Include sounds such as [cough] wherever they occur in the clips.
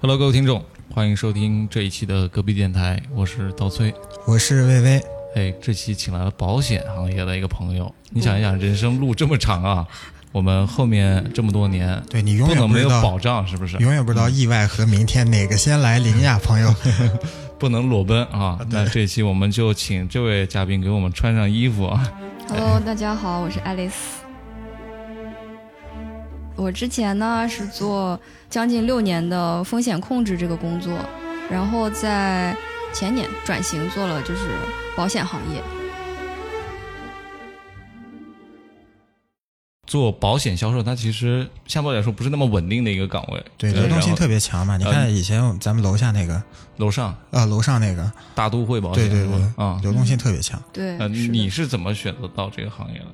Hello，各位听众，欢迎收听这一期的隔壁电台，我是刀崔。我是薇薇，哎，这期请来了保险行业的一个朋友，你想一想，人生路这么长啊，我们后面这么多年，对你永不远能不没知有道，保障，是不是？永远不知道意外和明天哪个先来临呀，朋友。不能裸奔啊！那这期我们就请这位嘉宾给我们穿上衣服啊。 Hello，大家好，我是爱丽丝。我之前呢是做将近六年的风险控制这个工作，然后在前年转型做了就是保险行业。做保险销售，它其实相对来说不是那么稳定的一个岗位，对，呃流动性然后特别强嘛。你看以前我们咱们楼下那个，楼上呃，楼上那个，大都会保险对对是吧啊对，。流动性特别强。对，呃，是的你是怎么选择到这个行业的？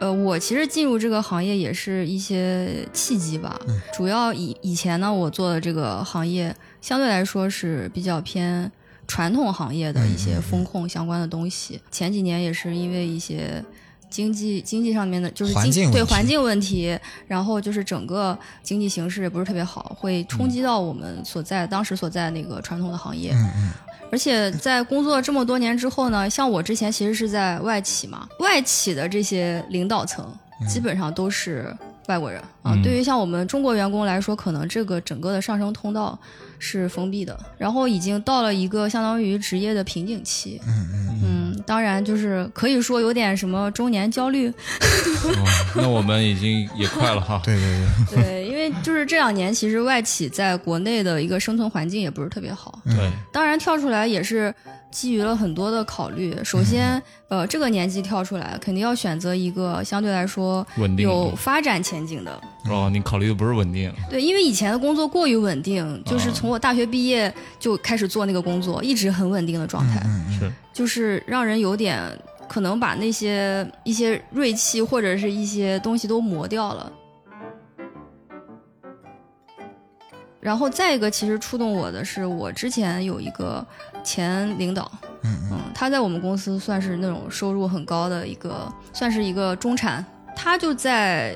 呃，我其实进入这个行业也是一些契机吧。嗯主要以以前呢，我做的这个行业相对来说是比较偏传统行业嗯的一些风控相关的东西。前几年也是因为一些经济经济上面的，就是环经境问对题环境问题，然后就是整个经济形势也不是特别好，会冲击到我们所在、当时所在那个传统的行业。嗯嗯，而且在工作这么多年之后呢，像我之前其实是在外企嘛，外企的这些领导层基本上都是外国人、嗯啊。对于像我们中国员工来说，可能这个整个的上升通道是封闭的，然后已经到了一个相当于职业的瓶颈期。嗯嗯当然就是可以说有点什么中年焦虑，哦 [laughs] 那我们已经也快了哈。对对对，对，因为就是这两年其实外企在国内的一个生存环境也不是特别好。对，当然跳出来也是基于了很多的考虑。首先，嗯呃，这个年纪跳出来，肯定要选择一个相对来说稳定有发展前景的。哦，你考虑的不是稳定，对，因为以前的工作过于稳定，就是啊从我大学毕业就开始做那个工作，一直很稳定的状态，嗯嗯，是就是让人有点可能把那些一些锐气或者是一些东西都磨掉了。然后再一个，其实触动我的是，我之前有一个前领导，嗯嗯，嗯，他在我们公司算是那种收入很高的一个，算是一个中产。他就在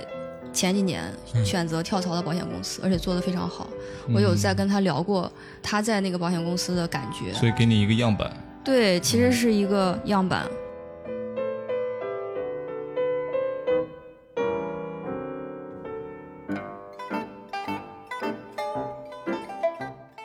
前几年嗯选择跳槽到保险公司，而且做得非常好。我有在跟他聊过他在那个保险公司的感觉，嗯所以嗯给你一个样板。对，其实是一个样板。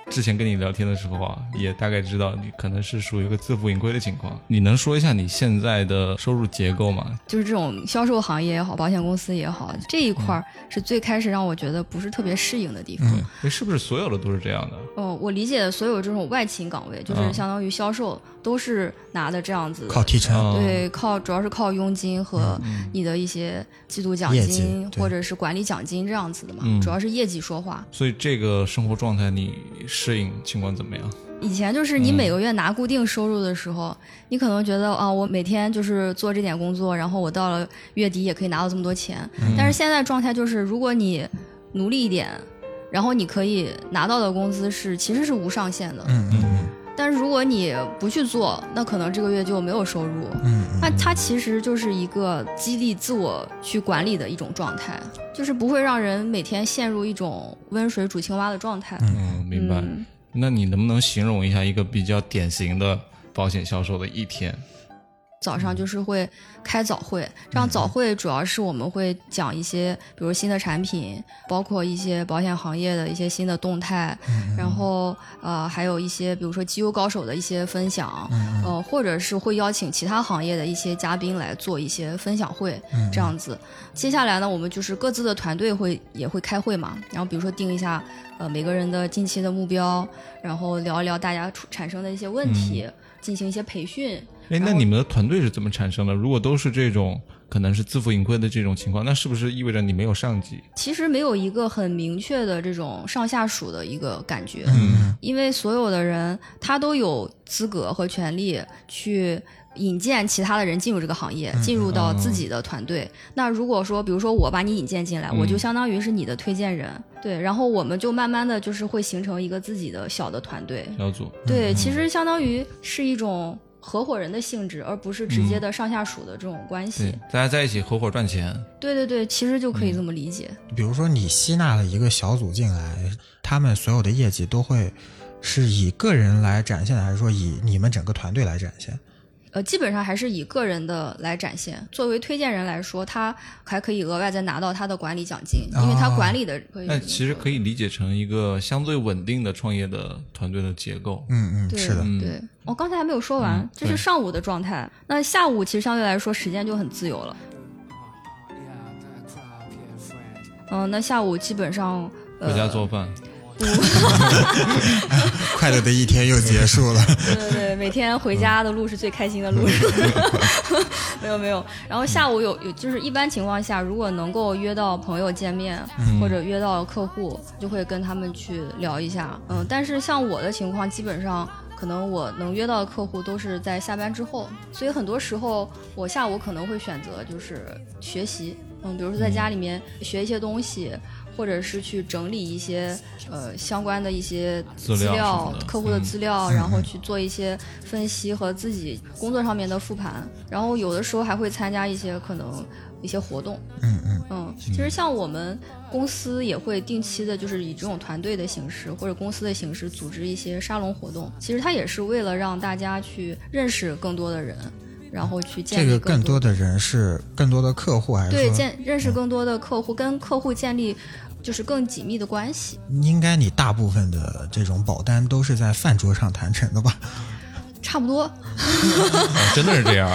之前跟你聊天的时候啊，也大概知道你可能是属于一个自负盈亏的情况。你能说一下你现在的收入结构吗？就是这种销售行业也好，保险公司也好，这一块儿嗯是最开始让我觉得不是特别适应的地方。对，哎是不是所有的都是这样的？哦，我理解的所有这种外勤岗位，就是嗯相当于销售，都是拿的这样子靠提成，哦对，靠主要是靠佣金和你的一些季度奖嗯业金绩对或者是管理奖金这样子的嘛，嗯主要是业绩说话。所以这个生活状态你适应情况怎么样？以前就是你嗯每个月拿固定收入的时候，你可能觉得啊，我每天就是做这点工作，然后我到了月底也可以拿到这么多钱。嗯但是现在状态就是，如果你努力一点。然后你可以拿到的工资是其实是无上限的，嗯嗯但是如果你不去做，那可能这个月就没有收入。嗯嗯，那它其实就是一个激励自我去管理的一种状态，就是不会让人每天陷入一种温水煮青蛙的状态。嗯，明白。嗯那你能不能形容一下一个比较典型的保险销售的一天？早上就是会开早会，这样早会主要是我们会讲一些，比如新的产品，包括一些保险行业的一些新的动态，然后呃还有一些比如说绩优高手的一些分享，呃或者是会邀请其他行业的一些嘉宾来做一些分享会，这样子。接下来呢，我们就是各自的团队会也会开会嘛，然后比如说定一下呃每个人的近期的目标，然后聊一聊大家出产生的一些问题，进行一些培训。哎，那你们的团队是怎么产生的？如果都是这种可能是自负盈亏的这种情况，那是不是意味着你没有上级？其实没有一个很明确的这种上下属的一个感觉，嗯因为所有的人他都有资格和权利去引荐其他的人进入这个行业，进入到自己的团队。那如果说，比如说我把你引荐进来，我就相当于是你的推荐人，对，然后我们就慢慢的嗯就是会形成一个自己的小的团队，小组对，其实相当于是一种合伙人的性质，而不是直接的上下属的这种关系。对，大家在一起合伙赚钱，对对对，其实就可以这么理解。比如说你吸纳了一个小组进来，他们所有的业绩都会是以个人来展现的，还是说以你们整个团队来展现？呃，基本上还是以个人的来展现。作为推荐人来说，他还可以额外再拿到他的管理奖金，因为他管理的可以。哦那其实可以理解成一个相对稳定的创业的团队的结构。嗯嗯，对是的，对，我、刚才还没有说完，嗯这是对上午的状态。那下午其实相对来说时间就很自由了。嗯、那下午基本上呃回家做饭，快乐的一天又结束了。对对对，每天回家的路是最开心的路。嗯 [laughs] 没有没有，然后下午有有就是一般情况下，如果能够约到朋友见面、嗯或者约到客户，就会跟他们去聊一下。嗯，但是像我的情况，基本上。可能我能约到的客户都是在下班之后，所以很多时候我下午可能会选择就是学习，嗯，比如说在家里面学一些东西，或者是去整理一些呃相关的一些资资料料什么的客户的嗯资料，然后去做一些分析和自己工作上面的复盘，然后有的时候还会参加一些可能一些活动。嗯嗯，嗯，其实像我们公司也会定期的，就是以这种团队的形式或者公司的形式组织一些沙龙活动。其实它也是为了让大家去认识更多的人，然后去建这立个更更多多的人是更多的客户，还是嗯对说建认识更多的客户，跟客户建立就是更紧密的关系。应该你大部分的这种保单都是在饭桌上谈成的吧？ [laughs] 差不多，啊真的是这样。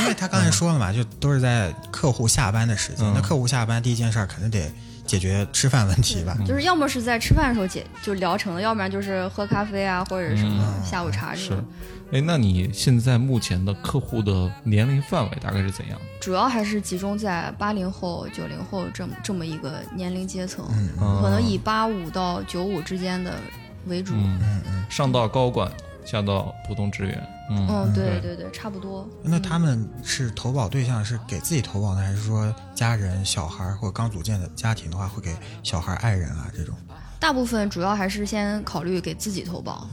因为他刚才说了嘛，就都是在客户下班的时间。嗯那客户下班第一件事儿肯定得解决吃饭问题嗯吧？就是要么是在吃饭的时候解就聊成了，要不然就是喝咖啡啊或者什嗯么下午茶这种。 [laughs] 哎，那你现在目前的客户的年龄范围大概是怎样？主要还是集中在八零后、九零后这么这么一个年龄阶层，嗯嗯可能以八五到九五之间的为主。嗯，上到高管，下到普通职员。嗯，对对对，差不多。 [laughs] 嗯那他们是投保对象是给自己投保呢，还是说家人、小孩儿或刚组建的家庭的话，会给小孩、爱人啊这种？大部分主要还是先考虑给自己投保，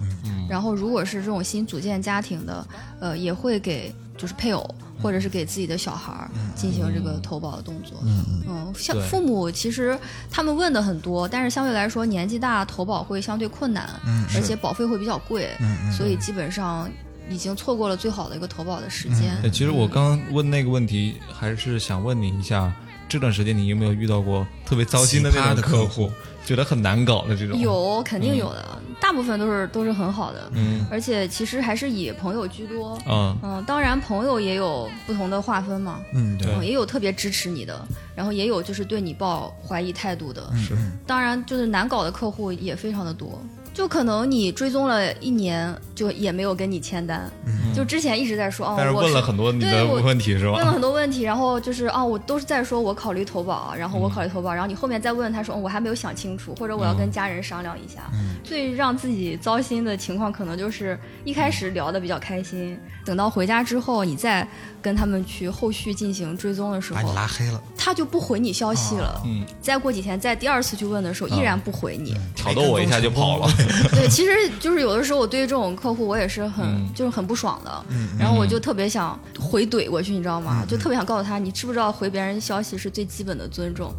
然后如果是这种新组建家庭的，呃，也会给就是配偶或者是给自己的小孩儿进行这个投保的动作。嗯像对父母其实他们问的很多，但是相对来说年纪大投保会相对困难，而且保费会比较贵，嗯所以基本上已经错过了最好的一个投保的时间。哎，其实我刚刚问那个问题，还是想问你一下，这段时间你有没有遇到过特别糟心的那奇葩种的客客户户，觉得很难搞的这种？，有肯定有的，大部分都是都是很好的，嗯而且其实还是以朋友居多。啊，嗯，当然朋友也有不同的划分嘛，嗯，对对嗯，也有特别支持你的，然后也有就是对你抱怀疑态度的。是，当然，就是难搞的客户也非常的多，就可能你追踪了一年，就也没有跟你签单，就之前一直在说哦，嗯但是我问了很多你对的我问题是问了吧？很多问题，然后就是哦，我都是在说我考虑投保，啊然嗯后我考虑投保，然后你后面再问他说、哦我还没有想清楚，或者我要跟家人商量一下。嗯最让自己糟心的情况，可能就是一开始聊的比较开心，等到回家之后，你再跟他们去后续进行追踪的时把你候，拉黑了，他就不回你消息了。哎嗯，啊再过几天，再第二次去问的时候，依然不回你。挑逗我一下就跑了。 [laughs] 对，其实就是有的时候我对这种客户我也是很、嗯就是很不爽的，然后我就特别想回怼过去，你知道嗯吗？就特别想告诉他，你知不知道回别人消息是最基本的尊重。 [laughs]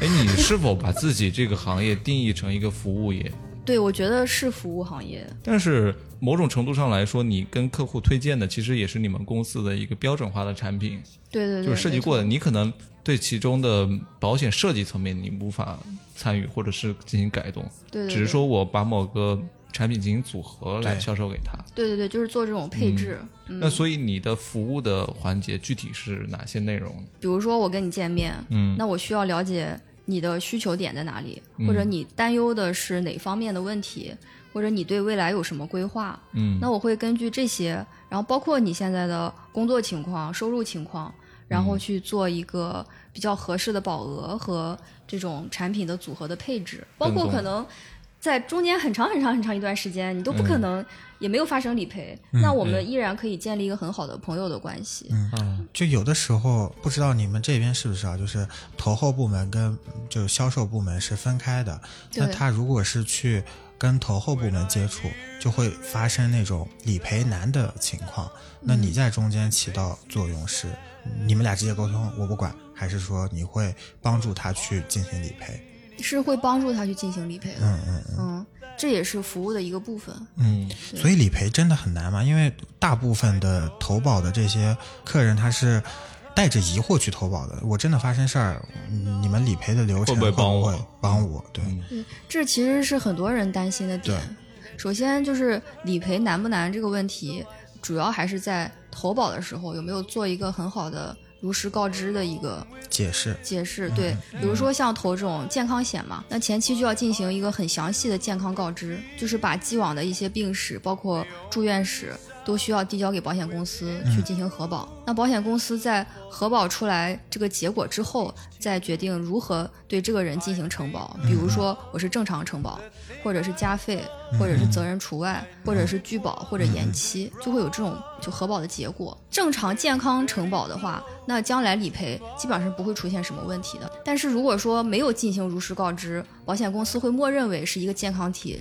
哎，你是否把自己这个行业定义成一个服务业？对，我觉得是服务行业，但是某种程度上来说，你跟客户推荐的其实也是你们公司的一个标准化的产品，对对对，就是设计没错过的。你可能对其中的保险设计层面你无法参与，或者是进行改动，对对对只是说我把某个产品进行组合来销售给他。对对对，就是做这种嗯配置。那所以你的服务的环节具体是哪些内容？比如说我跟你见面，嗯那我需要了解你的需求点在哪里，或者你担忧的是哪方面的问题，或者你对未来有什么规划，嗯那我会根据这些，然后包括你现在的工作情况、收入情况，然后去做一个比较合适的保额和这种产品的组合的配置，包括可能。在中间很长很长很长一段时间，你都不可能也没有发生理赔，那我们依然可以建立一个很好的朋友的关系。嗯就有的时候不知道你们这边是不是啊，就是投后部门跟就是销售部门是分开的。对那他如果是去跟投后部门接触，就会发生那种理赔难的情况。那你在中间起到作用是，你们俩直接沟通，我不管，还是说你会帮助他去进行理赔？是会帮助他去进行理赔的。嗯嗯嗯。嗯，这也是服务的一个部分。嗯所以理赔真的很难嘛，因为大部分的投保的这些客人他是带着疑惑去投保的。我真的发生事儿，嗯你们理赔的流程会不会帮我会帮我？对，嗯这其实是很多人担心的点。首先就是理赔难不难这个问题，主要还是在投保的时候有没有做一个很好的如实告知的一个解释。解释。对，比如说像投这种健康险嘛，那前期就要进行一个很详细的健康告知，就是把既往的一些病史，包括住院史。都需要递交给保险公司去进行核保。那保险公司在核保出来这个结果之后，再决定如何对这个人进行承保。比如说，我是正常承保，或者是加费，或者是责任除外，或者是拒保或者延期，就会有这种就核保的结果。正常健康承保的话，那将来理赔基本上是不会出现什么问题的。但是如果说没有进行如实告知，保险公司会默认为是一个健康体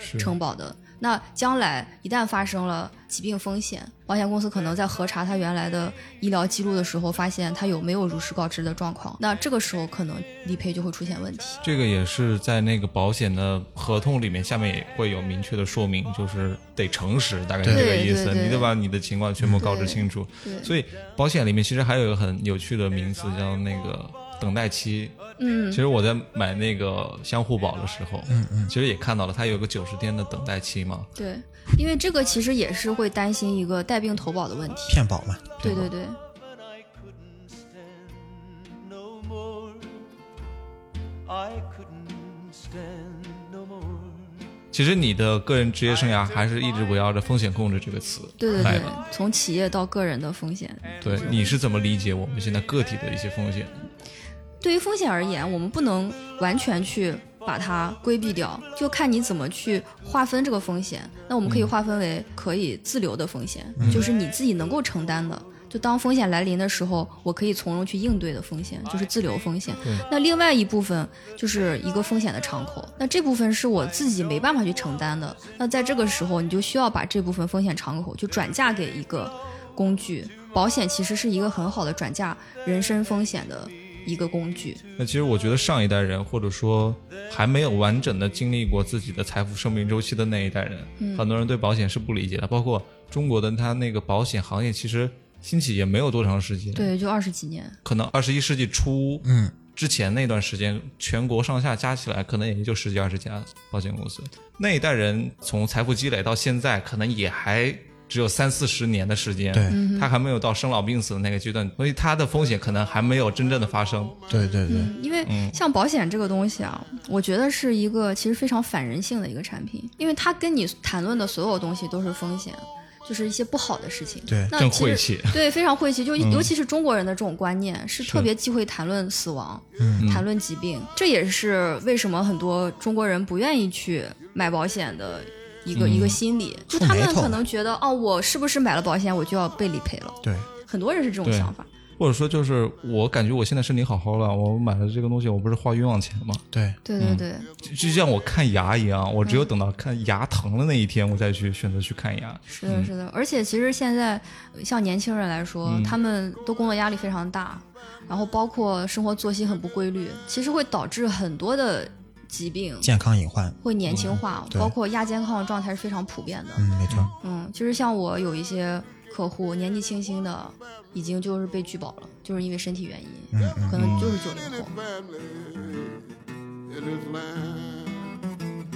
是承保的。那将来一旦发生了疾病风险，保险公司可能在核查他原来的医疗记录的时候，发现他有没有如实告知的状况，那这个时候可能理赔就会出现问题。这个也是在那个保险的合同里面，下面也会有明确的说明，就是得诚实，大概是这个对意思。对对你得把你的情况全部告知对清楚。对，所以保险里面其实还有一个很有趣的名词，叫那个等待期。嗯其，实我在买那个相互保的时候，嗯嗯，其实也看到了，它有个九十天的等待期嘛。对，因为这个其实也是会担心一个带病投保的问题。骗保嘛，对对对， but I couldn't stand no more. I couldn't stand no more. 其实你的个人职业生涯还是一直围绕着风险控制这个词对对来对的。，从企业到个人的风险，对，你是怎么理解我们现在个体的一些风险？对于风险而言，我们不能完全去把它规避掉，就看你怎么去划分这个风险。那我们可以划分为可以自留的风险，就是你自己能够承担的。就当风险来临的时候，我可以从容去应对的风险，就是自留风险对。那另外一部分就是一个风险的敞口，那这部分是我自己没办法去承担的。那在这个时候，你就需要把这部分风险敞口就转嫁给一个工具。保险其实是一个很好的转嫁人身风险的一个工具。那其实我觉得上一代人，或者说还没有完整的经历过自己的财富生命周期的那一代人，很多人对保险是不理解的。包括中国的他那个保险行业，其实兴起也没有多长时间，，对，就二十几年。可能二十一世纪初，嗯，之前那段时间，全国上下加起来可能也就十几二十家保险公司。那一代人从财富积累到现在，可能也还只有三四十年的时间，对，他还没有到生老病死的那个阶段，所以他的风险可能还没有真正的发生。对对对，嗯，因为像保险这个东西啊，我觉得是一个其实非常反人性的一个产品，因为它跟你谈论的所有东西都是风险，就是一些不好的事情。对那真其实晦气。对，非常晦气，就尤其是中国人的这种观念，是特别忌讳谈论死亡，谈论疾病，这也是为什么很多中国人不愿意去买保险的一个、一个心理，就触他们霉头可能觉得，哦，我是不是买了保险，我就要被理赔了？对，很多人是这种对想法。或者说就是我感觉我现在身体好好了，我买了这个东西，我不是花冤枉钱吗？对，对对对，就就像我看牙一样，我只有等到看牙疼的那一天，我再去选择去看牙。是的，是的，而且其实现在呃像年轻人来说，嗯他们都工作压力非常大，然后包括生活作息很不规律，其实会导致很多的疾病健康隐患，会年轻化，对包括亚健康的状态是非常普遍的。嗯，没错，嗯，就是像我有一些客户，年纪轻轻的已经就是被拒保了，就是因为身体原因，嗯嗯可能就是九零后。 family in his land.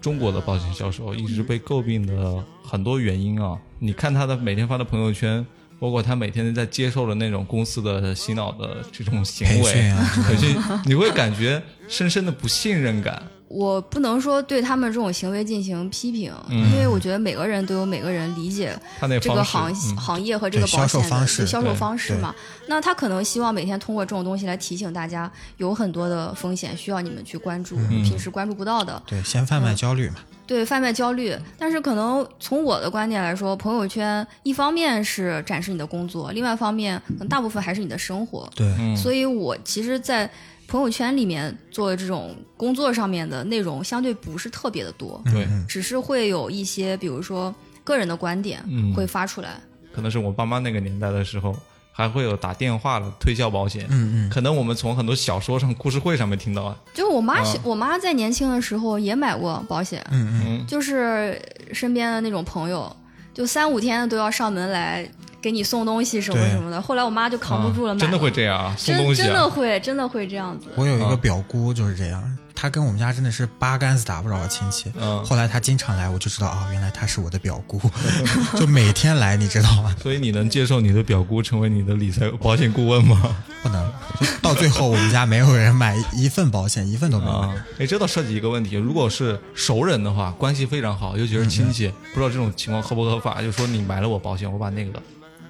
中国的保险销售一直被诟病的很多原因啊，你看他的每天发的朋友圈，包括他每天在接受的那种公司的洗脑的这种行培 [laughs] 为训啊，培训，你会感觉深深的不信任感。我不能说对他们这种行为进行批评，嗯因为我觉得每个人都有每个人理解他那这个方行、式，嗯行业和这个对销保售险的方对式销售对方式对嘛。那他可能希望每天通过这种东西来提醒大家，有很多的风险需要你们去关注，嗯平时关注不到的。对，先贩卖焦虑嘛，对贩卖焦虑，但是可能从我的观点来说，朋友圈一方面是展示你的工作，另外一方面可能大部分还是你的生活。对，嗯所以我其实，在朋友圈里面做的这种工作上面的内容，相对不是特别的多，嗯对，只是会有一些，比如说个人的观点嗯会发出来。可能是我爸妈那个年代的时候，还会有打电话的推销保险。嗯嗯，可能我们从很多小说上、故事会上面听到啊。就我妈啊，我妈在年轻的时候也买过保险，嗯就是身边的那种朋友，就三五天的都要上门来给你送东西什么对什么的。后来我妈就扛不住了，啊买真的了会这样啊，送真东西真的啊，会真的会这样子。我有一啊个表姑就是这样，她跟我们家真的是八竿子打不着的啊亲戚。嗯后来她经常来，我就知道啊、原来她是我的表姑， [laughs] 就每天来，你知道吗？所以你能接受你的表姑成为你的理财保险顾问吗？ [laughs] 不能，就到最后我们家没有人买一份保险，一份都没有买。啊，哎，这倒涉及一个问题，如果是熟人的话，关系非常好，尤其是亲戚，不知道这种情况合不合法，就说你买了我保险，我把那个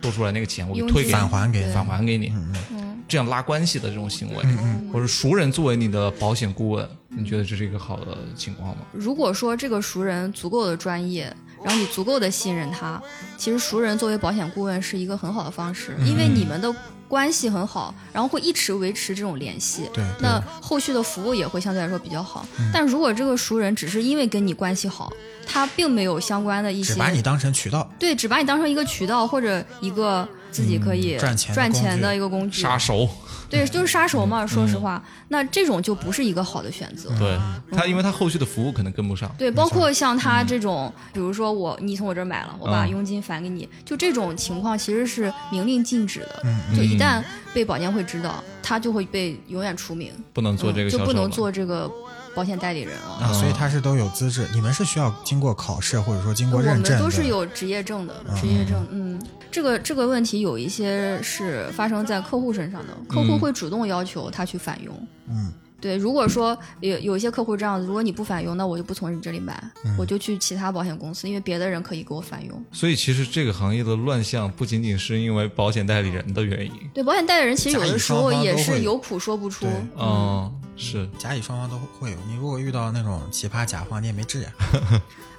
多出来那个钱我给佣退给金你，返还给你对返还给嗯你，这样拉关系的这种行为，嗯我说熟人作为你的保险顾问，你觉得这是一个好的情况吗？如果说这个熟人足够的专业，然后你足够的信任他，其实熟人作为保险顾问是一个很好的方式，嗯因为你们的关系很好，然后会一直维持这种联系。对那后续的服务也会相对来说比较好。嗯但如果这个熟人只是因为跟你关系好，他并没有相关的一些只把你当成渠道，对，只把你当成一个渠道或者一个自己可以嗯赚钱的赚工钱具嗯的一个工具，杀熟，对，就是杀手嘛。说实话，那这种就不是一个好的选择。对嗯他，因为他后续的服务可能跟不上，对，包括像嗯他这种，比如说我你从我这儿买了，我把佣金返给你，就这种情况其实是明令禁止的。嗯嗯就一嗯旦被保监会知道，他就会被永远除名，不能做这个嗯销就售不能了做这个保险代理人了。啊，所以它是都有资质。你们是需要经过考试，或者说经我过认们证的。都是有职业证的，职业证，嗯。这个这个问题有一些是发生在客户身上的，客户嗯会主动要求他去返佣。嗯，对，如果说有有一些客户这样子，如果你不返佣，那我就不从你这里买，嗯我就去其他保险公司，因为别的人可以给我返佣。所以其实这个行业的乱象不仅仅是因为保险代理人的原因，对，保险代理人其实有甲乙的时双候方也都是会有苦说不出对。嗯，是，甲乙双方都会有。你如果遇到那种奇葩甲方，你也没 [laughs] 治呀。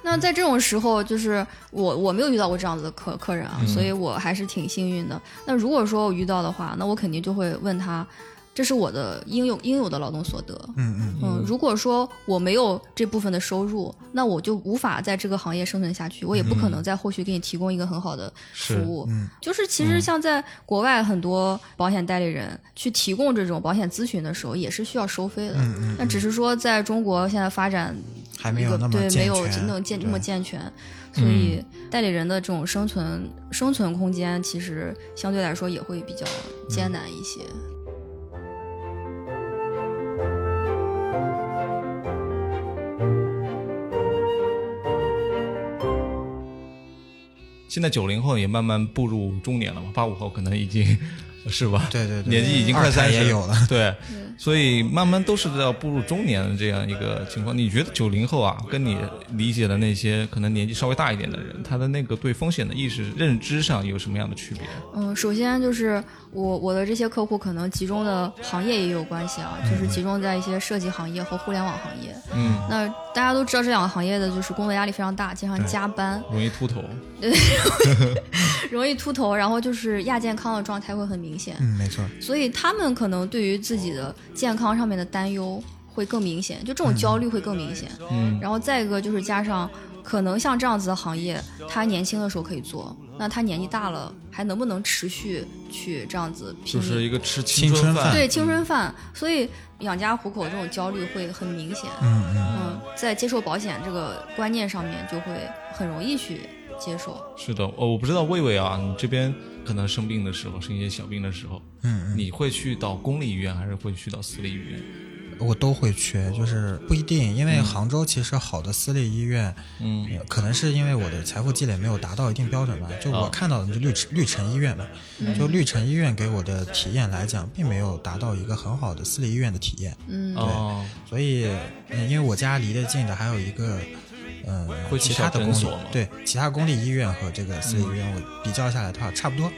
那在这种时候，就是我我没有遇到过这样子的客客人啊，所嗯以我还是挺幸运的。那如果说我遇到的话，那我肯定就会问他，这是我的应有应有的劳动所得。嗯嗯，嗯，如果说我没有这部分的收入，那我就无法在这个行业生存下去，我也不嗯可能在后续给你提供一个很好的服是务。就是其嗯实像在国外很多保险代理人去提供这种保险咨询的时候，也是需要收费的。嗯那只是说在中国现在发展还没一有个那么对没健有全，那么健那么对嗯健全，所以代理人的这种生存生存空间其实相对来说也会比较艰难一些。现在九零后也慢慢步入中年了嘛，八五后可能已经是吧？ [laughs] 对对对年纪已经快二胎三十也有了。 [laughs] 对，嗯所以慢慢都是要步入中年的这样一个情况。你觉得九零后啊，跟你理解的那些可能年纪稍微大一点的人，他的那个对风险的意识认知上有什么样的区别？嗯，首先就是我我的这些客户可能集中的行业也有关系啊，嗯就是集中在一些设计行业和互联网行业。嗯，那大家都知道这两个行业的就是工作压力非常大，经常对加班，容易秃头，容易秃头，然后就是亚健康的状态会很明显。嗯，没错。所以他们可能对于自己的健康上面的担忧会更明显，就这种焦虑会更明显。嗯，然后再一个就是加上，可能像这样子的行业，他年轻的时候可以做，那他年纪大了还能不能持续去这样子拼就命？是一个吃青春春饭，嗯饭对青春饭，所以养家糊口这种焦虑会很明显。嗯嗯，嗯，在接受保险这个观念上面，就会很容易去接受。是的，哦，我不知道魏魏啊，你这边可能生嗯病的时候，生一些小病的时候，嗯，你会去到公立医院还是会去到私立医院？我都会去，就是不一定，因为杭州其实好的私立医院，嗯，可能是因为我的财富积累没有达到一定标准吧。就我哦看到的就绿城绿城医院嘛，嗯就绿城医院给我的体验来讲，并没有达到一个很好的私立医院的体验。嗯哦，所以，嗯，因为我家离得近的还有一个，嗯，会去其小他的公诊立所吗嗯对其他公立医院和这个私立医院，我比较下来的话，差不多。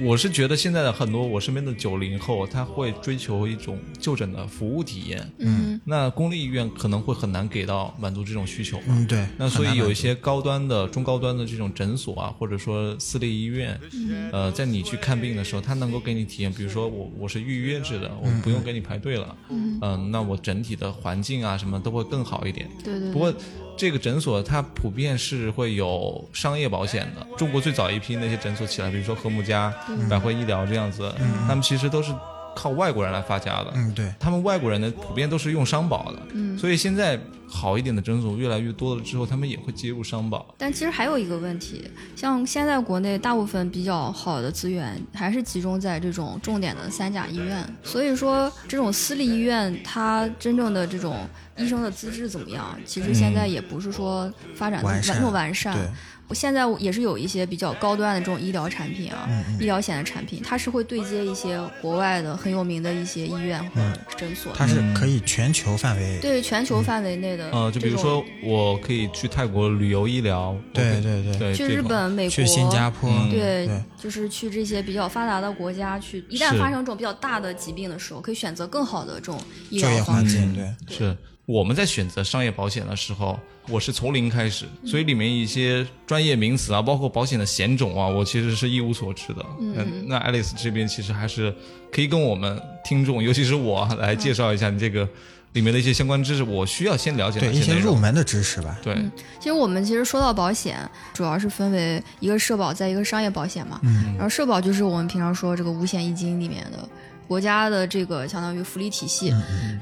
我是觉得现在的很多我身边的九零后，他会追求一种就诊的服务体验，嗯那公立医院可能会很难给到满足这种需求嘛。嗯，对。那很所以难有满一足些高端的、中高端的这种诊所啊，或者说私立医院，嗯呃，在你去看病的时候，它能够给你体验，比如说我我是预约制的，我嗯不用给你排队了，嗯、那我整体的环境啊什么都会更好一点。对对不对，过这个诊所它普遍是会有商业保险的。中国最早一批那些诊所起来，比如说和睦家、百惠医疗这样子，他们其实都是靠外国人来发家的。嗯，对，他们外国人呢，普遍都是用商保的，嗯所以现在好一点的诊所越来越多了之后，他们也会接入商保。但其实还有一个问题，像现在国内大部分比较好的资源还是集中在这种重点的三甲医院，所以说这种私立医院它真正的这种医生的资质怎么样，其实现在也不是说发展嗯的完善那么完善。对，我现在也是有一些比较高端的这种医疗产品啊，嗯医疗险的产品，它是会对接一些国外的很有名的一些医院或者诊所，嗯它是嗯可以全球范围。对全球范围内的呃，就比如这说，种我可以去泰国旅游医疗，对我可以对对对，去这日种，本、美国、去新加坡，嗯对，对就是去这些比较发达的国家去，一旦是发生这种比较大的疾病的时候，可以选择更好的这种医就业疗环方式。境，对，是我们在选择商业保险的时候，我是从零开始，所以里面一些专业名词啊，包括保险的险种啊，我其实是一无所知的。嗯，那 Alice 这边其实还是可以跟我们听众，尤其是我来介绍一下你这个里面的一些相关知识，我需要先了解对哪一些内入容。门的知识吧。对，其实我们其实说到保险，主要是分为一个社保，在一个商业保险嘛。嗯。然后社保就是我们平常说这个五险一金里面的国家的这个相当于福利体系，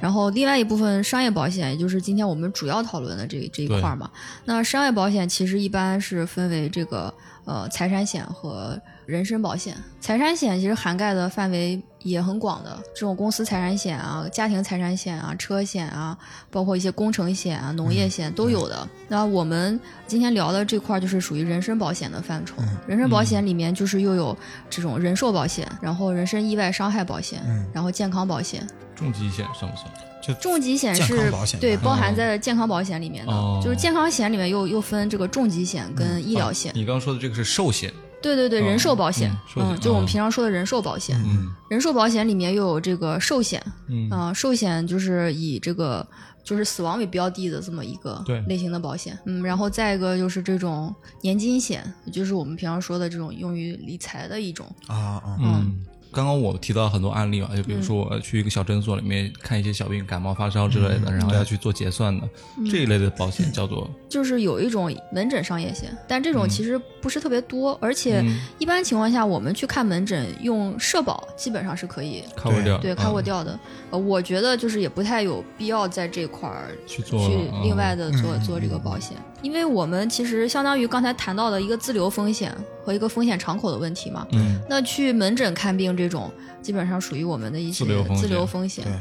然后另外一部分商业保险，也就是今天我们主要讨论的这这一块儿嘛。那商业保险其实一般是分为这个呃财产险和人身保险。财产险其实涵盖的范围也很广的，这种公司财产险啊、家庭财产险啊、车险啊，包括一些工程险啊、农业嗯险都有的。那我们今天聊的这块儿就是属于人身保险的范畴。嗯人身保险里面就是又有这种人寿保险，然后人身意外伤害保险，嗯然后健康保险。重疾险算不算？就重疾险健康是保险哦对吧包含在健康保险里面的，哦就是健康险里面又又分这个重疾险嗯跟医哦疗险。你刚刚说的这个是寿险，对对对，哦人寿保险嗯，寿嗯，险就我们哦平常说的人寿保险。嗯人寿保险里面又有这个寿险，嗯啊、寿险就是以这个就是死亡为标的的这么一个对类型的保险，嗯，然后再一个就是这种年金险，就是我们平常说的这种用于理财的一种，啊啊，嗯，刚刚我提到很多案例啊嘛，就比如说我去一个小诊所里面看一些小病，感冒发烧之类的，然后要去做结算的这一类的保险叫做就是有一种门诊商业险，但嗯这种其实不是特别多，而且一般情况下我们去看门诊用社保基本上是可以 cover 掉，对 cover 掉的，呃，我觉得就是也不太有必要在这块儿去做去了嗯另外的做做这个保险，因为我们其实相当于刚才谈到的一个自留风险和一个风险敞口的问题嘛。嗯，那去门诊看病这种，基本上属于我们的一些自留风险自留风险对。，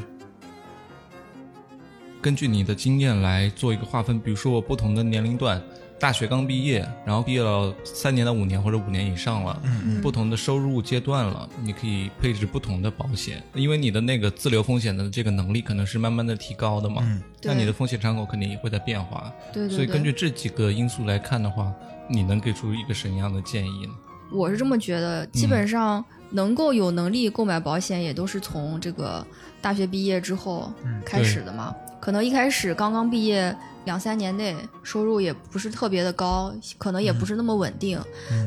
根据你的经验来做一个划分，比如说我不同的年龄段，大学刚毕业，然后毕业了三年到五年或者五年以上了，嗯不同的收入阶段了，你可以配置不同的保险，因为你的那个自留风险的这个能力可能是慢慢的提高的嘛，嗯那对你的风险敞口肯定也会在变化，对对对。所以根据这几个因素来看的话，你能给出一个什么样的建议呢？我是这么觉得，基本上能够有能力购买保险，也都是从这个大学毕业之后开始的嘛。可能一开始刚刚毕业两三年内，收入也不是特别的高，可能也不是那么稳定。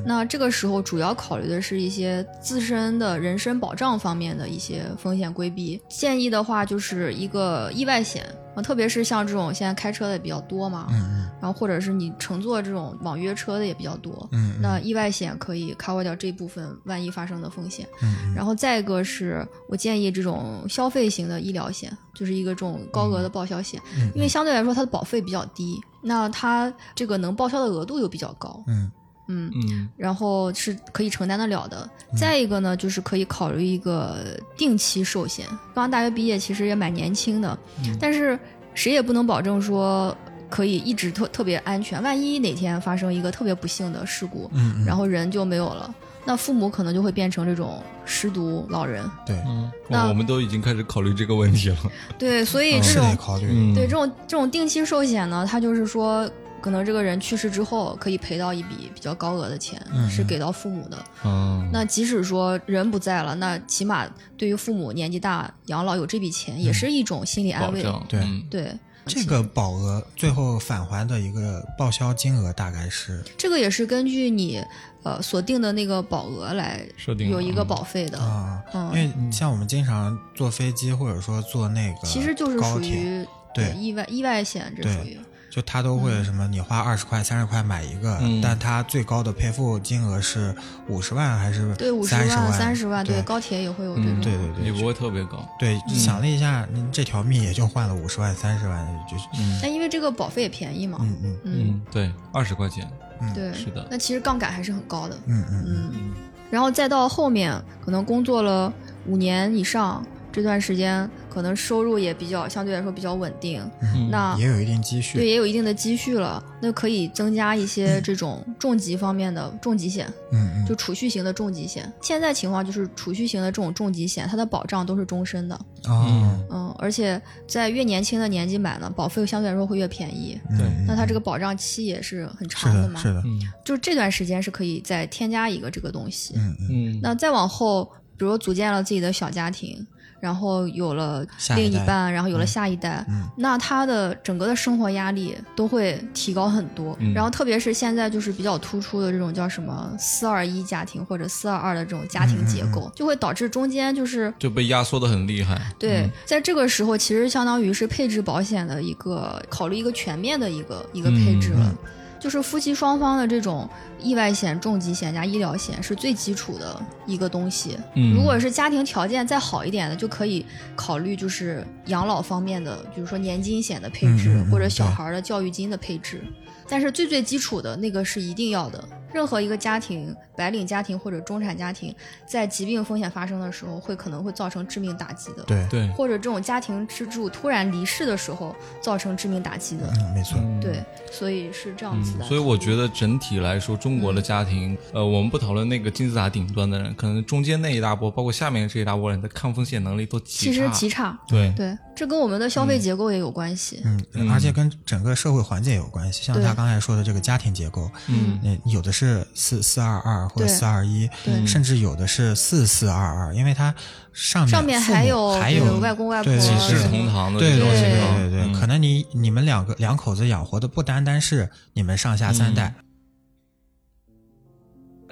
那这个时候主要考虑的是一些自身的人身保障方面的一些风险规避。建议的话，就是一个意外险。啊特别是像这种现在开车的也比较多嘛，嗯然后或者是你乘坐这种网约车的也比较多，嗯嗯那意外险可以 cover 掉这部分万一发生的风险。嗯嗯然后再一个是我建议这种消费型的医疗险，就是一个这种高额的报销险，因为相对来说它的保费比较低，那它这个能报销的额度又比较高。嗯嗯，嗯然后是可以承担得了的。再一个呢，就是可以考虑一个定期寿险。刚大学毕业，其实也蛮年轻的，嗯但是谁也不能保证说可以一直特特别安全。万一哪天发生一个特别不幸的事故，嗯嗯，然后人就没有了，那父母可能就会变成这种失独老人。对，嗯，那哇我们都已经开始考虑这个问题了。对，所以嗯哦这是种得考虑。嗯，对，这种这种定期寿险呢，它就是说，可能这个人去世之后可以赔到一笔比较高额的钱，嗯是嗯给到父母的。嗯，那即使说人不在了，那起码对于父母年纪大养老有这笔钱，也是嗯一种心理安保慰。障对嗯对，这个保额最后返还的一个报销金额大概是，这个也是根据你呃所定的那个保额来设定有一个嗯保费的。啊、嗯因为像我们经常坐飞机或者说坐那个其实就是呃高属铁，于对意外意外险，这对属于就他都嗯会什么，你花二十块、三十块买一个，嗯但他最高的赔付金额是五十万还是对五十三万、万？三十万，对高嗯铁也会有这嗯种。对对对也不会特别高。对，想了一下，您这条命也就换了五十万、三十万，就嗯但因为这个保费也便宜嘛，嗯嗯嗯，嗯，对，二十块钱。对，是的那其实杠杆还是很高的，嗯嗯嗯，嗯，然后再到后面，可能工作了五年以上这段时间，可能收入也比较相对来说比较稳定，嗯那也有一定积蓄。对也有一定的积蓄了，那可以增加一些这种重疾方面的重疾险，嗯就储蓄型的重疾险。现在情况就是储蓄型的这种重疾险，它的保障都是终身的，嗯哦，嗯，而且在越年轻的年纪买呢，保费相对来说会越便宜。嗯对嗯那它这个保障期也是是很长的，嘛，是的，嗯就这段时间是可以再添加一个这个东西。嗯嗯，嗯，那再往后，比如组建了自己的小家庭，然后有了下另一一代半，然后有了下一代，嗯那他的整个的生活压力都会提高很多。嗯然后特别是现在就是比较突出的这种叫什么四二一家庭或者四二二的这种家庭嗯结构，就会导致中间就是。就被压缩的很厉害。对嗯，在这个时候，其实相当于是配置保险的一个考虑，一个全面的一个一个配置了。嗯就是夫妻双方的这种意外险、重疾险加医疗险是最基础的一个东西。嗯如果是家庭条件再好一点的，就可以考虑就是养老方面的，比如说年金险的配置，嗯嗯嗯或者小孩儿的教育金的配置。但是最最基础的那个是一定要的。任何一个家庭，白领家庭或者中产家庭，在疾病风险发生的时候，会可能会造成致命打击的。对，对，或者这种家庭支柱突然离世的时候，造成致命打击的。嗯，没错，嗯对，所以是这样子嗯，的。所以我觉得整体来说，中国的嗯家庭，呃，我们不讨论那个金字塔顶端的人，可能中间那一大波，包括下面这一大波人的抗风险能力都极其实差。嗯极差，对，对，这跟我们的消费结构也有关系。嗯，而且跟整个社会环境有关系。像对他刚才说的这个家庭结构，嗯，那有的是四四二二或者对四二一，对甚至有的是四四二二，因为它上面上面父母还有还这有个外公外对婆啊几是世同堂的对这种对情对况，对对，嗯可能你你们两个两口子养活的不单单是你们上下三代，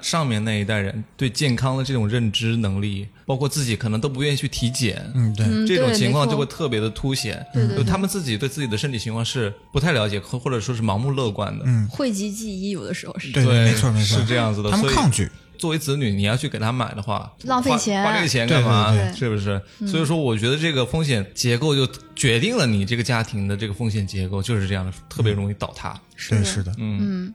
上面那一代人对健康的这种认知能力，包括自己可能都不愿意去体检，嗯，对，嗯这种对情况没就错会特别的凸显。对对就对他们自己对自己的身体情况是不太了解，或或者说是盲目乐观的。嗯，汇集记忆，有的时候嗯是对对，没错没错，是这样子的。他们所以抗拒，作为子女，你要去给他买的话，浪费花钱嗯花这个钱干嘛？对对对是不是？所以说，我觉得这个风险结构就决定了你这个家庭的这个风险结构就是这样的，特别容易倒塌。对，的是的，嗯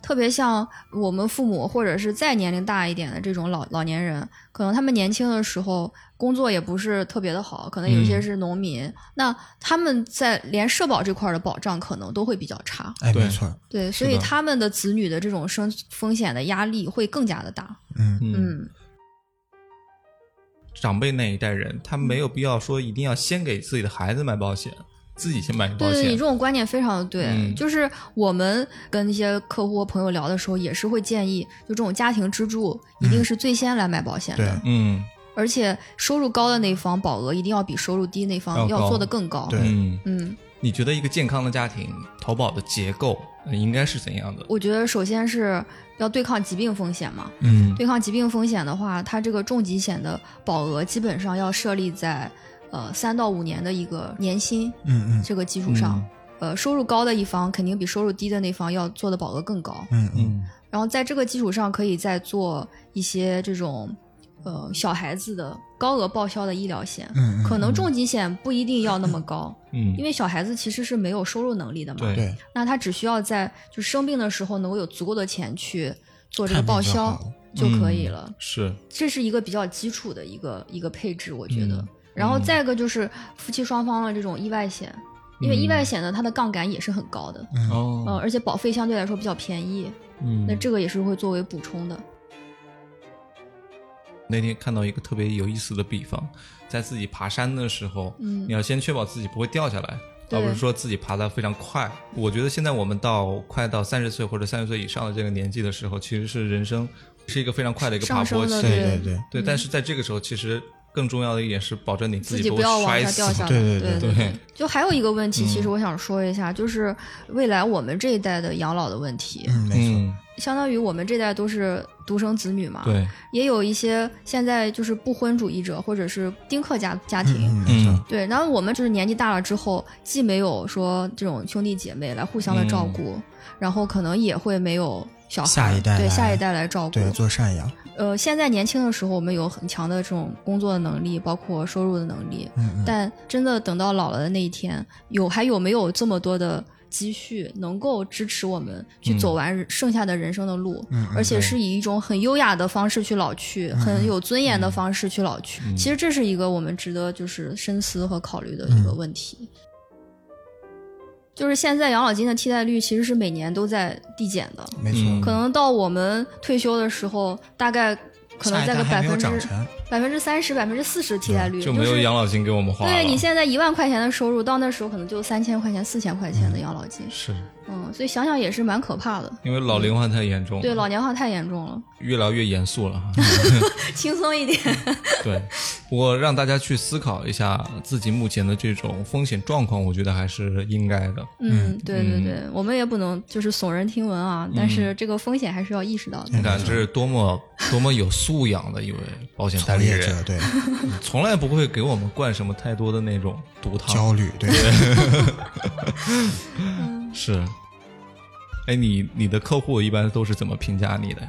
特别像我们父母或者是再年龄大一点的这种老老年人，可能他们年轻的时候工作也不是特别的好，可能有些嗯是农民，那他们在连社保这块儿的保障可能都会比较差，哎，对没错，对，所的以他们的子女的这种生风险的压力会更加的大，嗯，嗯，嗯，长辈那一代人，他没有必要说一定要先给自己的孩子买保险，自己先买保对对，你险这。种观念非常的对。嗯就是我们跟一些客户和朋友聊的时候，也是会建议，就这种家庭支柱一定是最先来买保险的，对嗯而且收入高的那方保额一定要比收入低那要方高要做的更高。对嗯，嗯，你觉得一个健康的家庭投保的结构呃应该是怎样的？我觉得首先是要对抗疾病风险嘛。嗯对抗疾病风险的话，它这个重疾险的保额基本上要设立在呃三到五年的一个年薪嗯嗯这个基础上。呃，收入高的一方肯定比收入低的那方要做的保额更高。嗯嗯嗯然后在这个基础上，可以再做一些这种呃小孩子的高额报销的医疗险，嗯嗯可能重疾险不一定要那么高，嗯，因为小孩子其实是没有收入能力的嘛，对对，那他只需要在就生病的时候能够有足够的钱去做这个看病报就销好了嗯就可以了。是这是一个比较基础的一个一个配置，我觉得。嗯然后再一个就是夫妻双方的这种意外险，因为意外险呢，它的杠杆也是很高的，嗯，呃，哦，而且保费相对来说比较便宜，嗯，那这个也是会作为补充的。嗯那天看到一个特别有意思的比方，在自己爬山的时候，嗯你要先确保自己不会掉下来，对而不是说自己爬得非常快。我觉得现在我们到快到三十岁或者三十岁以上的这个年纪的时候，其实是人生是一个非常快的一个爬上坡升期的，对嗯对对对对。但是在这个时候，其实更重要的一点是保证你自己己不会要往摔下掉死下来。对对对对对就还有一个问题，其实我想说一下，就是未来我们这一代的养老的问题，嗯，没错，嗯，相当于我们这代都是独生子女嘛，对，啊也有一些现在就是不婚主义者或者是丁克家家庭。嗯嗯，嗯没错，，对，然后我们就是年纪大了之后，既没有说这种兄弟姐妹来互相的照顾，然后可能也会没有小嗯孩下一代对来下一代来照顾。对，做赡养，呃，现在年轻的时候，我们有很强的这种工作的能力，包括收入的能力，嗯嗯，但真的等到老了的那一天，有还有没有这么多的积蓄能够支持我们去走完人剩下的人生的路？嗯嗯而且是以一种很优雅的方式去老去，很有尊严嗯的方式去老去。其实这是一个我们值得就是深思和考虑的一嗯个问题。就是现在养老金的替代率其实是每年都在递减的，没错，嗯可能到我们退休的时候，大概可能下一在个代还百没有分之长成，百分之三十、百分之四十替代率，就没有是养老金给我们花了。对你现在一万块钱的收入，到那时候可能就三千块钱、四千块钱的养老金，是嗯，所以想想也是蛮可怕的。因为老龄化太严重了，对，老年化太严重了，越聊越严肃了哈。[laughs] [laughs] 嗯轻松一点。对，不过让大家去思考一下自己目前的这种风险状况，我觉得还是应该的。嗯，对对对，我们也不能就是耸人听闻啊，但是这个风险还是要意识到嗯的你。看，这是多么多么有素养的一位保险代从理业者人， [laughs] 对从来不会给我们灌什么太多的那种毒汤。焦虑，对，是，哎，你你的客户一般都是怎么评价你的呀？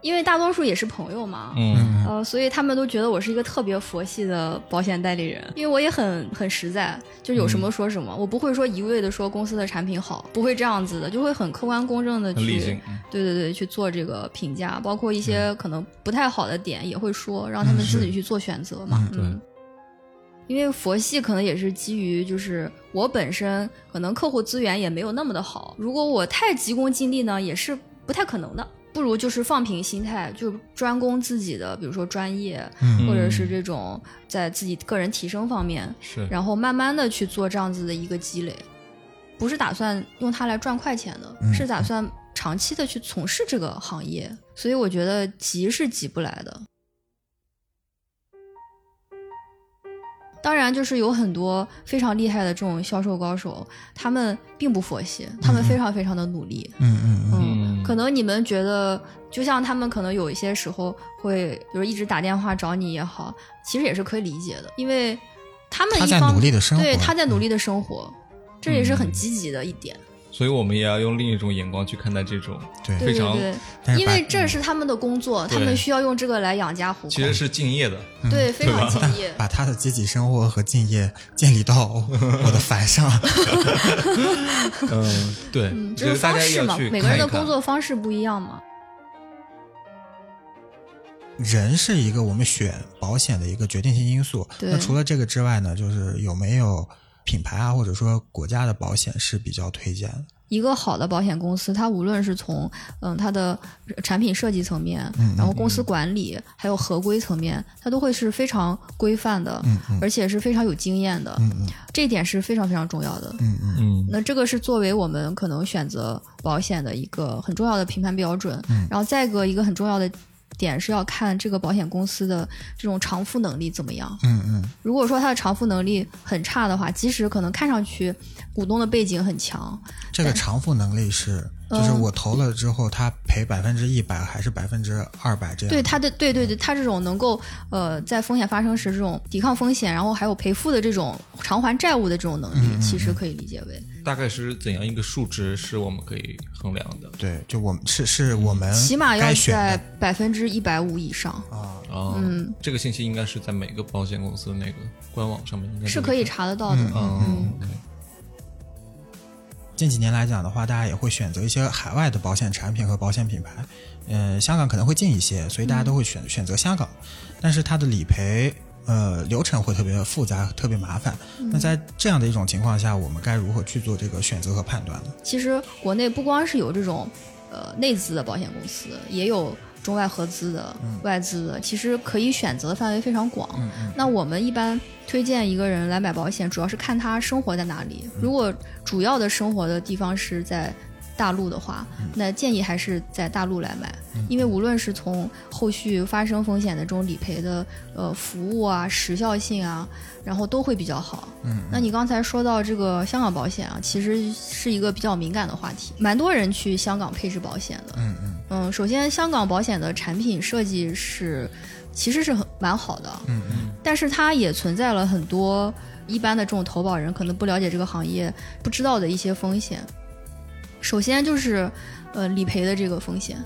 因为大多数也是朋友嘛，嗯呃，所以他们都觉得我是一个特别佛系的保险代理人，因为我也很很实在，就有嗯什么说什么，我不会说一味的说公司的产品好，不会这样子的，就会很客观公正的很理去性嗯对对对，去做这个评价，包括一些可能不太好的点也会说，让他们自己去做选择嘛。嗯嗯因为佛系可能也是基于，就是我本身可能客户资源也没有那么的好，如果我太急功近利呢，也是不太可能的。不如就是放平心态，就专攻自己的，比如说专业，嗯或者是这种在自己个人提升方面，是，然后慢慢的去做这样子的一个积累，不是打算用它来赚快钱的，嗯是打算长期的去从事这个行业，所以我觉得急是急不来的。当然，就是有很多非常厉害的这种销售高手，他们并不佛系，他们非常非常的努力，嗯嗯嗯，嗯嗯，可能你们觉得，就像他们可能有一些时候会，比如一直打电话找你也好，其实也是可以理解的，因为他们他一在方努力的生活，对他在嗯努力的生活，这也是很积极的一点。所以我们也要用另一种眼光去看待这种，对对非常对但对，是因把为这是他们的工作，他们需要用这个来养家糊口其，实嗯是敬业的。对，非常敬业。嗯把他的积极生活和敬业建立 [laughs] 到我的帆上， [laughs] 嗯，对， [laughs] 嗯，觉这得是大方家也式要嘛，去每个看人一的看工作方式不一样嘛。人是一个我们选保险的一个决定性因素。对那除了这个之外呢，就是有没有品牌啊，或者说国家的保险是比较推荐的？一个好的保险公司，它无论是从嗯它的产品设计层面，嗯然后公司管理，还有合规层面，它都会是非常规范的，嗯而且是非常有经验的，这一点是非常非常重要的。嗯嗯嗯那这个是作为我们可能选择保险的一个很重要的评判标准，嗯然后再一个一个很重要的点是要看这个保险公司的这种偿付能力怎么样。嗯嗯，如果说它的偿付能力很差的话，即使可能看上去股东的背景很强，这个偿付能力是，就是嗯我投了之后，他赔百分之一百还是百分之二百这样？对，它的对对对，它这种能够呃在风险发生嗯时这种抵抗风险，然后还有赔付的这种偿还债务的这种能力，其实可以理解为大概是怎样一个数值是我们可以衡量的？对，就我们是是我们嗯起码要该选在的百分之一百五以上，啊，啊，嗯这个信息应该是在每个保险公司的那个官网上面应该是可以。查得到的。嗯，OK，近几年来讲的话，大家也会选择一些海外的保险产品和保险品牌。嗯、香港可能会近一些，所以大嗯家都会选、选择香港，但是它的理赔呃流程会特别复杂，特别麻烦。嗯那在这样的一种情况下，我们该如何去做这个选择和判断呢？其实国内不光是有这种呃内资的保险公司，也有中外合资的、外资的，其实可以选择的范围非常广。那我们一般推荐一个人来买保险，主要是看他生活在哪里。如果主要的生活的地方是在大陆的话，那建议还是在大陆来买，因为无论是从后续发生风险的这种理赔的呃服务啊、时效性啊，然后都会比较好。嗯，那你刚才说到这个香港保险啊，其实是一个比较敏感的话题，蛮多人去香港配置保险的。嗯嗯嗯，首先香港保险的产品设计是其实是很蛮好的，嗯嗯，但是它也存在了很多一般的这种投保人可能不了解这个行业不知道的一些风险。首先就是，呃，理赔的这个风险，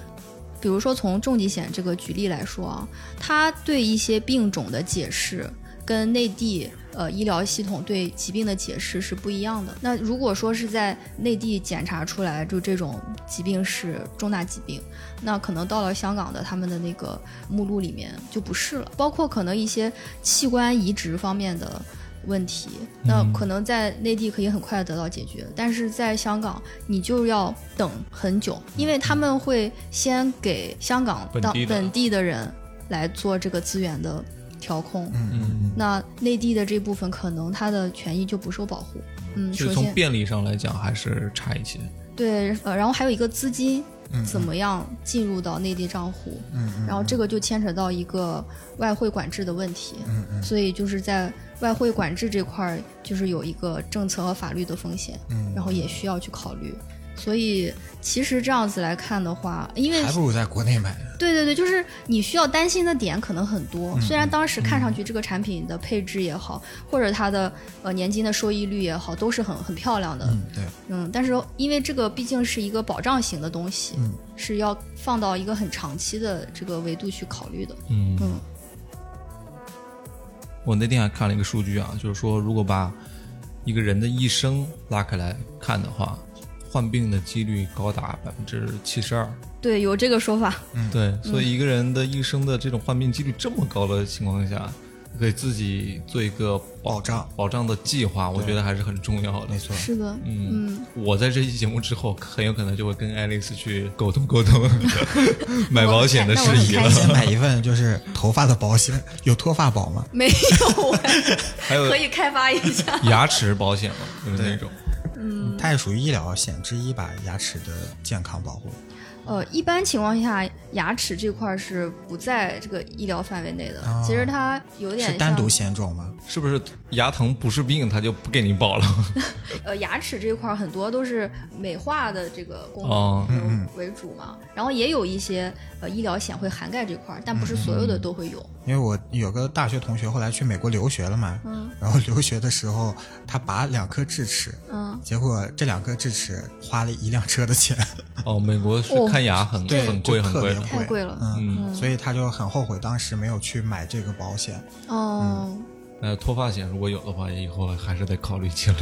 比如说从重疾险这个举例来说啊，它对一些病种的解释跟内地呃医疗系统对疾病的解释是不一样的。那如果说是在内地检查出来就这种疾病是重大疾病，那可能到了香港的他们的那个目录里面就不是了，包括可能一些器官移植方面的问题，那可能在内地可以很快得到解决，但是在香港你就要等很久，因为他们会先给香港嗯本当地的本地的人来做这个资源的调控，嗯，那内地的这部分可能他的权益就不受保护。嗯，就首是先从便利上来讲还是差一些。对，呃，然后还有一个资金嗯怎么样进入到内地账户，然后这个就牵扯到一个外汇管制的问题，嗯所以就是在外汇管制这块儿，就是有一个政策和法律的风险，嗯然后也需要去考虑。所以其实这样子来看的话，因为还不如在国内买。对对对，就是你需要担心的点可能很嗯多。虽然当时看上去这个产品的配置也好，或者它的呃年金的收益率也好，都是很很漂亮的，嗯，对，嗯，但是因为这个毕竟是一个保障型的东西，嗯是要放到一个很长期的这个维度去考虑的。嗯嗯我那天还看了一个数据啊，就是说如果把一个人的一生拉开来看的话，患病的几率高达百分之七十二。对，有这个说法。对，所嗯以一个人的一生的这种患病几率这么高的情况下，给自己做一个保障保障的计划，我觉得还是很重要的。没错。是的，嗯，我在这期节目之后，很有可能就会跟爱丽丝去沟通沟 [laughs] 通买保险的事宜那我很开了。心先买一份就是头发的保险，有脱发保吗？没有、哎， [laughs] 还 [laughs] 有可以开发一下。牙齿保险嘛，就是那种。它也属于医疗险之一吧，牙齿的健康保护。呃，一般情况下，牙齿这块儿是不在这个医疗范围内的。其实它有哦点是像单独险种吗？是不是牙疼不是病，他就不给你保 [laughs] 了？呃，牙齿这块儿很多都是美化的这个功哦嗯能为主嘛，然后也有一些呃医疗险会涵盖这块儿，但不嗯是所有的都会有。因为我有个大学同学后来去美国留学了嘛，然后留学的时候他拔两颗智齿，嗯结果这两颗智齿花了一辆车的钱，哦，美国是哦看牙很、对很就贵很特贵别的。贵太贵了嗯，所以他就很后悔当时没有去买这个保险，哦，嗯呃，脱发险如果有的话，以后还是得考虑起来，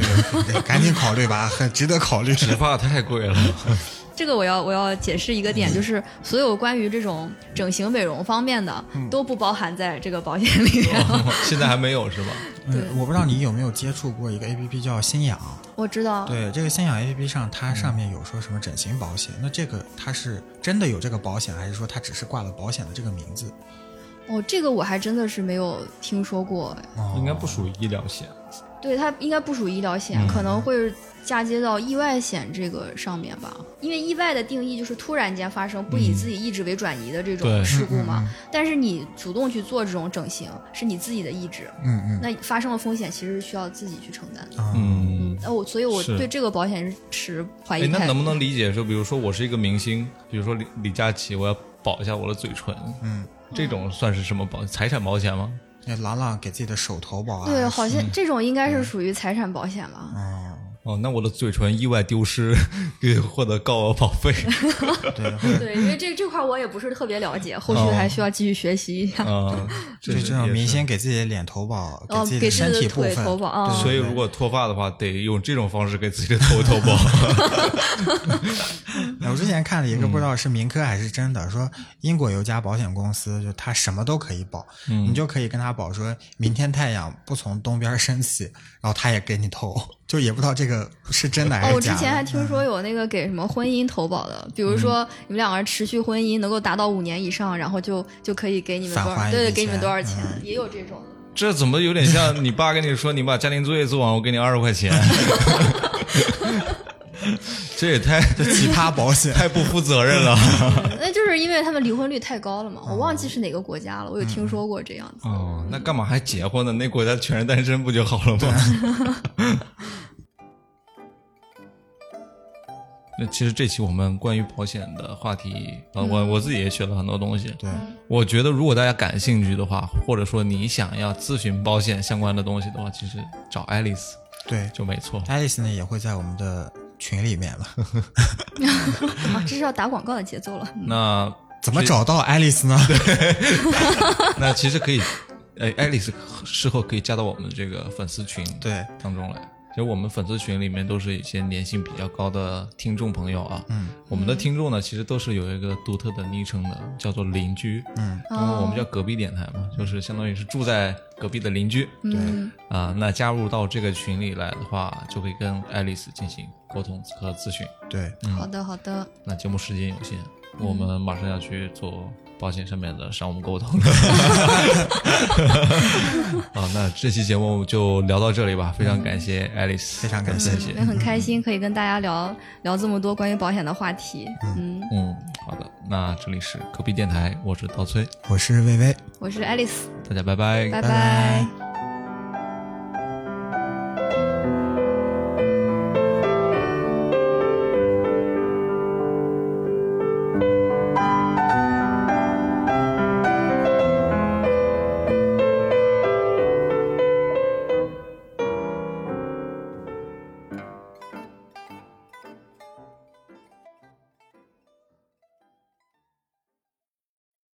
[laughs] 得赶紧考虑吧，很值得考虑。植发太贵 [laughs] 了。这个我要我要解释一个嗯点，就是所有关于这种整形美容方面的嗯都不包含在这个保险里面。哦现在还没有是吧？嗯，我不知道你有没有接触过一个 A P P 叫新氧， [laughs] 我知道，对，这个新氧 A P P 上它上面有说什么整形保险，那这个它是真的有这个保险，还是说它只是挂了保险的这个名字？哦，这个我还真的是没有听说过。哦应该不属于医疗险。对，它应该不属于医疗险，嗯可能会嫁接到意外险这个上面吧。因为意外的定义就是突然间发生，不以自己意志为转移的这种对事故嗯嘛。但是你主动去做这种整形，是你自己的意志，嗯嗯那发生了风险，其实是需要自己去承担的。啊嗯，呃，我所以我是对这个保险是持怀哎疑，那态能不度。能理解说，比如说我是一个明星，比如说李李佳琦，我要保一下我的嘴唇，嗯，这种算是什么保？财产保险吗？那朗朗给自己的手投保啊，对，好像这种应该是属于财产保险吧？嗯，哦，那我的嘴唇意外丢失，给获得高额保费。对，会 [laughs] 对，因为这这块儿我也不是特别了解，后哦续还需要继续学习一下。啊，就这种明星给自己的脸投保，哦自己给的自己身的体部腿分，投保啊对所以如果脱发的话，得用这种方式给自己的头投保。 [laughs] 哎我之前看了一个，不知道是民科还是真的，说英国有家保险公司，就它什么都可以保，你就可以跟他保说，明天太阳不从东边升起，然后他也给你投，就也不知道这个是真的还哦，哎是我之假的。嗯前还听说有那个给什么婚姻投保的，比如说你们两个人持续婚姻能够达到五年以上，然后就就可以给你们多返还少，一嗯对，笔给你们钱多少钱，也有这种。这怎么有点像你爸跟你说，你把家庭作业做完，我给你二十块钱。 [laughs] 这也太 [laughs] 奇葩保险，太不负责任了。那就是因为他们离婚率太高了嘛，我哦忘记是哪个国家嗯了，我有听说过这样子。哦，那干嘛还结婚呢？那国家全是单身不就好了吗？ [laughs] 那其实这期我们关于保险的话题，呃，我我自己也学了很多东西。嗯对，我觉得如果大家感兴趣的话，或者说你想要咨询保险相关的东西的话，其实找爱丽丝对，就没错。爱丽丝呢也会在我们的群里面嘛。 [laughs] 啊，这是要打广告的节奏了。嗯那怎么找到爱丽丝呢？ [laughs] 那其实可以，呃，爱丽丝事后可以加到我们这个粉丝群对，当中来。其实我们粉丝群里面都是一些粘性比较高的听众朋友啊，嗯，我们的听众呢其实都是有一个独特的昵称的，叫做邻居，嗯，哦因为我们叫隔壁电台嘛，就是相当于是住在隔壁的邻居，对，啊，那加入到这个群里来的话，就可以跟爱丽丝进行沟通和咨询。对，好的，好的，那节目时间有限，嗯我们马上要去做保险上面的商务沟 [laughs] 通了。 [laughs] 好，那这期节目就聊到这里吧，非常感谢 Alice，嗯非常感谢谢谢也。很开心可以跟大家聊聊这么多关于保险的话题。嗯，嗯，好的，那这里是科比电台，我是陶崔，我是薇薇。我是 Alice，大家拜拜拜拜